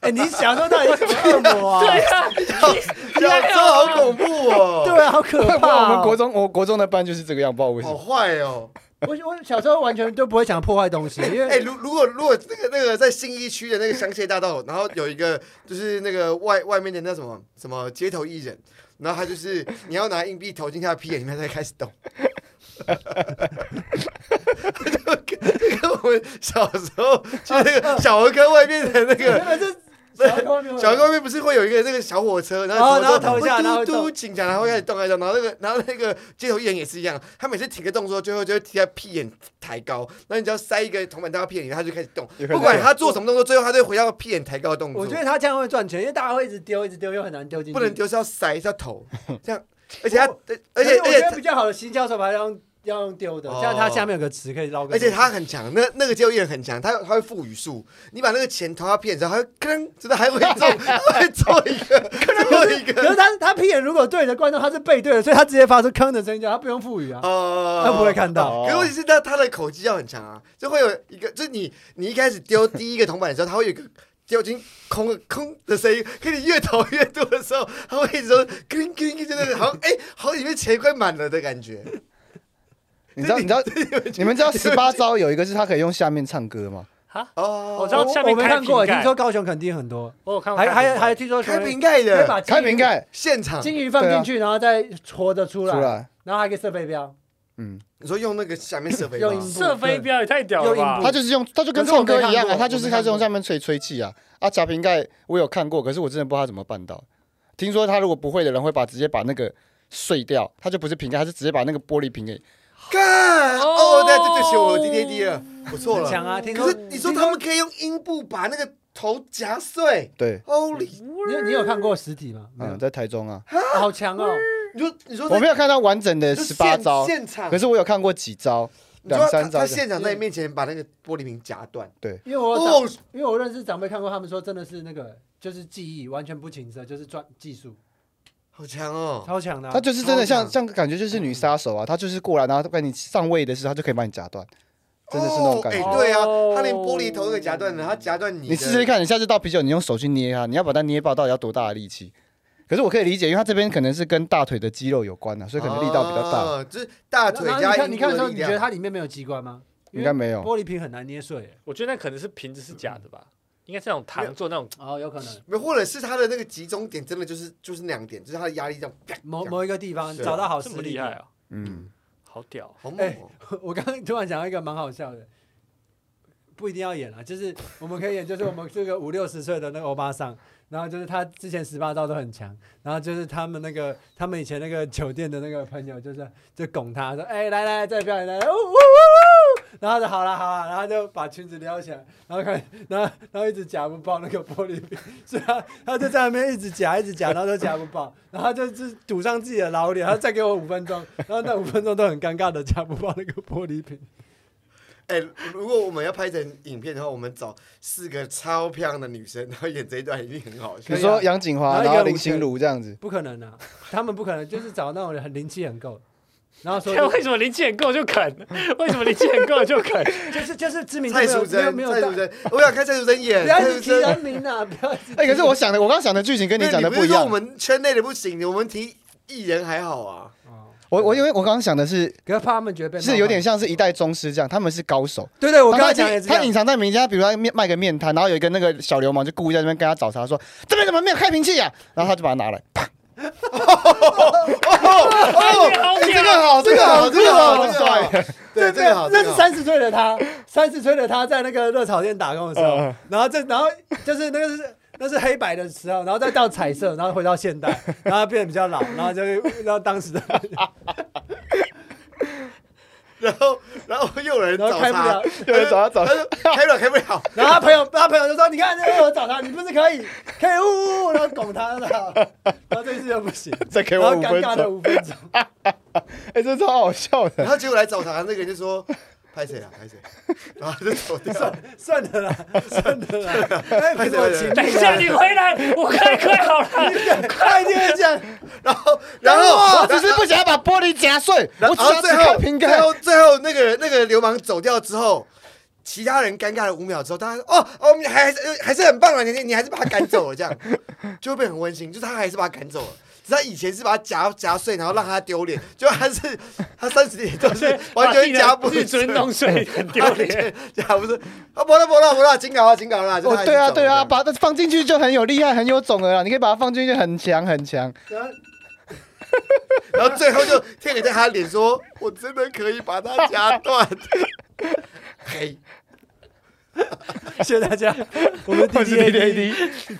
[SPEAKER 1] 哎，你小时候到底什么恶魔啊？
[SPEAKER 3] 小时候好恐怖哦，
[SPEAKER 1] 对啊，好可
[SPEAKER 2] 会不会
[SPEAKER 1] 怕
[SPEAKER 2] 我
[SPEAKER 1] 哦！
[SPEAKER 2] 们国中，我国中的班就是这个样，不知道为什
[SPEAKER 3] 好
[SPEAKER 2] 么。
[SPEAKER 3] 坏哦。
[SPEAKER 1] 我我小时候完全就不会想破坏东西，因
[SPEAKER 3] 哎、
[SPEAKER 1] 为
[SPEAKER 3] 如如果如果那个那个在信义区的那个香榭大道，然后有一个就是那个外外面的那什么什么街头艺人，然后他就是 你要拿硬币投进他的屁眼里面，他才开始动。 就跟就跟我们小时候去那个小儿科外面的那个
[SPEAKER 1] 原本是小时候
[SPEAKER 3] 小儿科外面不是会有一个那个小火车，然后
[SPEAKER 1] 哦然后投一下然后
[SPEAKER 3] 嘟
[SPEAKER 1] 会
[SPEAKER 3] 嘟
[SPEAKER 1] 动
[SPEAKER 3] 警察，然后开始动开始动，然后那个然后那个街头艺人也是一样，他每次停个动作，最后就会踢他屁眼抬高，那你只要塞一个铜板到他屁眼里，他就开始动，
[SPEAKER 2] 也开始
[SPEAKER 3] 不管他做什么动作，最后他都会回到屁眼抬高的动作。
[SPEAKER 1] 我觉得他这样会赚钱，因为大家会一直丢，一直丢，又很难丢进去。
[SPEAKER 3] 不能丢是要塞是要投，这样，而且他而
[SPEAKER 1] 可
[SPEAKER 3] 且
[SPEAKER 1] 是
[SPEAKER 3] 而
[SPEAKER 1] 我觉得
[SPEAKER 3] 且
[SPEAKER 1] 比较好的行销手法要用要用丢的，
[SPEAKER 3] 哦
[SPEAKER 1] 这样它下面有个词可以捞个。
[SPEAKER 3] 而且他很强，那那个街头艺人很强，他他会赋语数，你把那个钱投到屁眼之后，他会吭，真的还会中，还会做一个，做一
[SPEAKER 1] 可
[SPEAKER 3] 个，
[SPEAKER 1] 是他他屁眼如果对着观众，他是背对的，所以他直接发出坑的声音，他不用赋语啊，
[SPEAKER 3] 哦，
[SPEAKER 1] 他不会看到。
[SPEAKER 2] 哦
[SPEAKER 3] 可是问题是他他的口技要很强啊，就会有一个，就是你你一开始丢第一个铜板的时候，他会有一个丢进空的空的声音，可你越投越多的时候，他会一直说“叮叮”，就那个好像哎、好里面钱快满了的感觉。
[SPEAKER 2] 你知道，你 知道，你们知道十八招有一个是他可以用下面唱歌吗？
[SPEAKER 3] 哦，
[SPEAKER 4] 我知道下面
[SPEAKER 1] 我没
[SPEAKER 4] 开
[SPEAKER 1] 看过，
[SPEAKER 4] 瓶盖
[SPEAKER 1] 听说高雄肯定很多，
[SPEAKER 4] 我有看过
[SPEAKER 1] 还
[SPEAKER 4] 他
[SPEAKER 1] 还
[SPEAKER 4] 比赛，
[SPEAKER 1] 还听说什
[SPEAKER 3] 开
[SPEAKER 1] 么
[SPEAKER 3] 瓶盖
[SPEAKER 1] 可以
[SPEAKER 3] 的
[SPEAKER 1] 把金鱼
[SPEAKER 2] 开瓶盖
[SPEAKER 3] 现场，
[SPEAKER 1] 金鱼放进去，然后再戳着出来，
[SPEAKER 2] 出来，
[SPEAKER 1] 然后还可以射飞镖。
[SPEAKER 2] 嗯，
[SPEAKER 3] 你说用那个下面设备
[SPEAKER 1] 用
[SPEAKER 3] 吗
[SPEAKER 1] 音
[SPEAKER 4] 射飞镖也太屌了吧
[SPEAKER 1] 又！
[SPEAKER 2] 他就是用，他就跟
[SPEAKER 1] 可是我
[SPEAKER 2] 唱
[SPEAKER 1] 没
[SPEAKER 2] 歌一样
[SPEAKER 1] 看过
[SPEAKER 2] 啊，他就是
[SPEAKER 1] 我没看过
[SPEAKER 2] 他是用下面吹吹气啊。啊，夹瓶盖我有看过，可是我真的不知道他怎么办到。听说他如果不会的人会把直接把那个碎掉，他就不是瓶盖，他是直接把那个玻璃瓶给
[SPEAKER 3] 干
[SPEAKER 4] 哦
[SPEAKER 3] 哦，对对对不起，我 D D D 了，我错
[SPEAKER 1] 很
[SPEAKER 3] 了。
[SPEAKER 1] 强啊！听
[SPEAKER 3] 可
[SPEAKER 1] 说
[SPEAKER 3] 是你说他们可以用阴部把那个头夹碎
[SPEAKER 2] 对，
[SPEAKER 3] ，Holy！
[SPEAKER 1] 你有你有看过实体吗？没有
[SPEAKER 2] 嗯，，在台中啊，
[SPEAKER 1] 啊好强哦！
[SPEAKER 3] 你说你说
[SPEAKER 2] 我没
[SPEAKER 3] 有
[SPEAKER 2] 有看到完整的十八招，
[SPEAKER 3] 现现场，
[SPEAKER 2] 可是我有看过几招，
[SPEAKER 3] 你说
[SPEAKER 2] 两
[SPEAKER 3] 他
[SPEAKER 2] 三
[SPEAKER 3] 他
[SPEAKER 2] 招
[SPEAKER 3] 现场在你面前把那个玻璃瓶夹断，
[SPEAKER 1] 因为我有长
[SPEAKER 3] 哦，
[SPEAKER 1] 因为我认识长辈看过，他们说真的是那个就是记忆完全不情色，就是专技术
[SPEAKER 3] 好强哦！
[SPEAKER 1] 超强的啊。
[SPEAKER 2] 他就是真的像
[SPEAKER 3] 超
[SPEAKER 2] 像感觉就是女杀手啊，他就是过来，然后跟你上位的时候，他就可以把你夹断，真的是那种感觉。
[SPEAKER 3] 哦哎对啊
[SPEAKER 4] 哦，
[SPEAKER 3] 他连玻璃头都给夹断
[SPEAKER 1] 哦
[SPEAKER 3] 了，他夹断你的。
[SPEAKER 2] 你试试看，你下次倒啤酒，你用手去捏它，你要把它捏爆，到底要多大的力气？可是我可以理解，因为它这边可能是跟大腿的肌肉有关啊，所以可能力道比较大。
[SPEAKER 3] 哦，就是大腿
[SPEAKER 1] 然后
[SPEAKER 3] 加
[SPEAKER 1] 你
[SPEAKER 3] 阴
[SPEAKER 1] 看你看的
[SPEAKER 3] 部
[SPEAKER 1] 时
[SPEAKER 3] 的
[SPEAKER 1] 候，
[SPEAKER 3] 力
[SPEAKER 1] 你觉得
[SPEAKER 3] 量。
[SPEAKER 1] 它里面没有机关吗？
[SPEAKER 2] 应该没有
[SPEAKER 1] 玻璃瓶很难捏碎耶。
[SPEAKER 4] 我觉得那可能是瓶子是假的吧，应该是那种糖做那种
[SPEAKER 1] 哦，有可能
[SPEAKER 3] 没有，或者是他的那个集中点真的就是就是那两点，就是他的压力这样，啪
[SPEAKER 1] 某某一个地方
[SPEAKER 3] 是啊
[SPEAKER 1] 找到好
[SPEAKER 4] 这
[SPEAKER 1] 实
[SPEAKER 4] 么
[SPEAKER 1] 力
[SPEAKER 4] 厉害。啊，
[SPEAKER 2] 嗯，
[SPEAKER 4] 好屌！
[SPEAKER 3] 好猛
[SPEAKER 1] 哎
[SPEAKER 3] 哦！
[SPEAKER 1] 我刚刚突然想到一个蛮好笑的，不一定要演啊，就是我们可以演，就是我们这个五六十岁的那个欧巴桑，然后就是他之前十八招都很强，然后就是他们那个他们以前那个酒店的那个朋友，就是就拱他说，哎、来来再表演来来，呜呜呜，然后就好了好了，然后就把裙子撩起来，然后看，然后然后一直夹不爆那个玻璃瓶，所以他他就在那边一直夹一直夹，然后都夹不爆，然后他就是堵上自己的老脸，然后再给我五分钟，然后那五分钟都很尴尬的夹不爆那个玻璃瓶。
[SPEAKER 3] 哎，如果我们要拍成影片的话，我们找四个超漂亮的女生，然后演这一段一定很好
[SPEAKER 2] 比
[SPEAKER 3] 笑
[SPEAKER 1] 可以
[SPEAKER 2] 如
[SPEAKER 1] 啊。
[SPEAKER 2] 说杨锦
[SPEAKER 1] 然后一
[SPEAKER 2] 华，
[SPEAKER 1] 个
[SPEAKER 2] 然后
[SPEAKER 1] 舞
[SPEAKER 2] 林
[SPEAKER 1] 台
[SPEAKER 2] 心如这样子，
[SPEAKER 1] 不可能啊，他们不可能，就是找那种人很灵气很够，然后说
[SPEAKER 4] 但为什么零钱够就啃？为什么零钱够就啃？
[SPEAKER 1] 就是就是知名度没
[SPEAKER 3] 蔡淑
[SPEAKER 1] 有没有没
[SPEAKER 3] 珍，蔡
[SPEAKER 1] 有到
[SPEAKER 3] 淑，珍，我想看蔡淑珍演。
[SPEAKER 1] 不要
[SPEAKER 3] 蔡
[SPEAKER 1] 一直
[SPEAKER 3] 淑
[SPEAKER 1] 提
[SPEAKER 3] 珍，
[SPEAKER 1] 人名啊，不要一直提。
[SPEAKER 2] 哎、可是我想的，我刚想的剧情跟你
[SPEAKER 3] 那
[SPEAKER 2] 讲
[SPEAKER 3] 你
[SPEAKER 2] 的
[SPEAKER 3] 不
[SPEAKER 2] 一
[SPEAKER 3] 是说我
[SPEAKER 2] 样。
[SPEAKER 3] 们圈内的不行，我们提艺人还好啊。
[SPEAKER 1] 哦，
[SPEAKER 2] 我我因为我刚刚想的是
[SPEAKER 1] 可是怕他们觉得被
[SPEAKER 2] 是有点像是一代宗师这样，他们是高手。
[SPEAKER 1] 对对，我刚
[SPEAKER 2] 然后
[SPEAKER 1] 才
[SPEAKER 2] 他
[SPEAKER 1] 讲
[SPEAKER 2] 已
[SPEAKER 1] 也是
[SPEAKER 2] 经
[SPEAKER 1] 这
[SPEAKER 2] 他隐
[SPEAKER 1] 样，
[SPEAKER 2] 藏在名家，比如他面卖个面摊，然后有一个那个小流氓就故意在那边跟他找茬说这边怎么没有开瓶器呀、然后他就把它拿来，啪，
[SPEAKER 4] 哎好
[SPEAKER 2] 哎、这
[SPEAKER 4] 屌！
[SPEAKER 2] 个好，这个好，这
[SPEAKER 3] 哦这个
[SPEAKER 2] 个
[SPEAKER 3] 好
[SPEAKER 2] 好，
[SPEAKER 3] 这
[SPEAKER 2] 这
[SPEAKER 3] 个
[SPEAKER 2] 个
[SPEAKER 3] 好
[SPEAKER 2] 好，
[SPEAKER 3] 对，这个好，
[SPEAKER 1] 那是
[SPEAKER 3] 这个好
[SPEAKER 1] 三十岁的他，三十岁的他在那个热炒店打工的时
[SPEAKER 3] 呃
[SPEAKER 1] 候，然后这然后就是那个是。那是黑白的时候，然后再到彩色，然后回到现代，然后变得比较老，然后就然后当 时的，
[SPEAKER 3] 然后然后又有人
[SPEAKER 1] 然
[SPEAKER 3] 找
[SPEAKER 1] 后开不
[SPEAKER 3] 他
[SPEAKER 1] 了，，
[SPEAKER 2] 有人找他找
[SPEAKER 3] 他说开不了，开不了。
[SPEAKER 1] 然后他朋友，他朋友就说：“你看，这我找他，你不是可以，可以呜呜呜，然后拱他，然后然后这一次就不行，
[SPEAKER 2] 再给
[SPEAKER 1] 然
[SPEAKER 2] 我
[SPEAKER 1] 后
[SPEAKER 2] 五
[SPEAKER 1] 尴
[SPEAKER 2] 分
[SPEAKER 1] 尬的
[SPEAKER 2] 钟，
[SPEAKER 1] 五分钟。
[SPEAKER 2] 哎、这超好笑的。
[SPEAKER 3] 然后结果来找他那个人就说拍谁啊，拍谁，然后他就走 掉了。
[SPEAKER 1] 算了啦，算了 啦，那不是我情
[SPEAKER 4] 等一
[SPEAKER 1] 侣
[SPEAKER 4] 下
[SPEAKER 1] 啊，
[SPEAKER 4] 你回来，我快快好了。
[SPEAKER 1] 快点讲，
[SPEAKER 3] 然后然后
[SPEAKER 2] 我只是不想要把玻璃夹碎，
[SPEAKER 3] 然
[SPEAKER 2] 我
[SPEAKER 3] 后
[SPEAKER 2] 只要只
[SPEAKER 3] 最后
[SPEAKER 2] 看瓶
[SPEAKER 3] 最
[SPEAKER 2] 盖。
[SPEAKER 3] 后最后那个人那个流氓走掉之后。其他人尴尬了五秒之后，大家说哦哦，你还还是还是很棒啊，你你你还是把他赶走了，这样 就会变很温馨。就是他还是把他赶走了，只是他以前是把他夹夹碎，然后让他丢脸，就他是他三十年都是 完全夹不
[SPEAKER 4] 是
[SPEAKER 3] 碎
[SPEAKER 4] 尊，重水，很丢
[SPEAKER 3] 完
[SPEAKER 4] 脸。
[SPEAKER 3] 全夹不碎。啊，不了不了不了，紧搞啊紧搞啦！就
[SPEAKER 2] 哦
[SPEAKER 3] 他还，是
[SPEAKER 2] 对啊，
[SPEAKER 3] 走了
[SPEAKER 2] 对
[SPEAKER 3] 这
[SPEAKER 2] 啊，
[SPEAKER 3] 样
[SPEAKER 2] 把它放进去就很有厉害，很有种了啦。你可以把它放进去，很强很强。
[SPEAKER 1] 然后
[SPEAKER 3] 然后最后就贴给在他脸说：“我真的可以把它夹断。” 嘿，
[SPEAKER 1] 谢谢大家，我们 D
[SPEAKER 2] 我
[SPEAKER 1] D
[SPEAKER 2] 是
[SPEAKER 1] A
[SPEAKER 2] D D A
[SPEAKER 1] D，
[SPEAKER 2] D，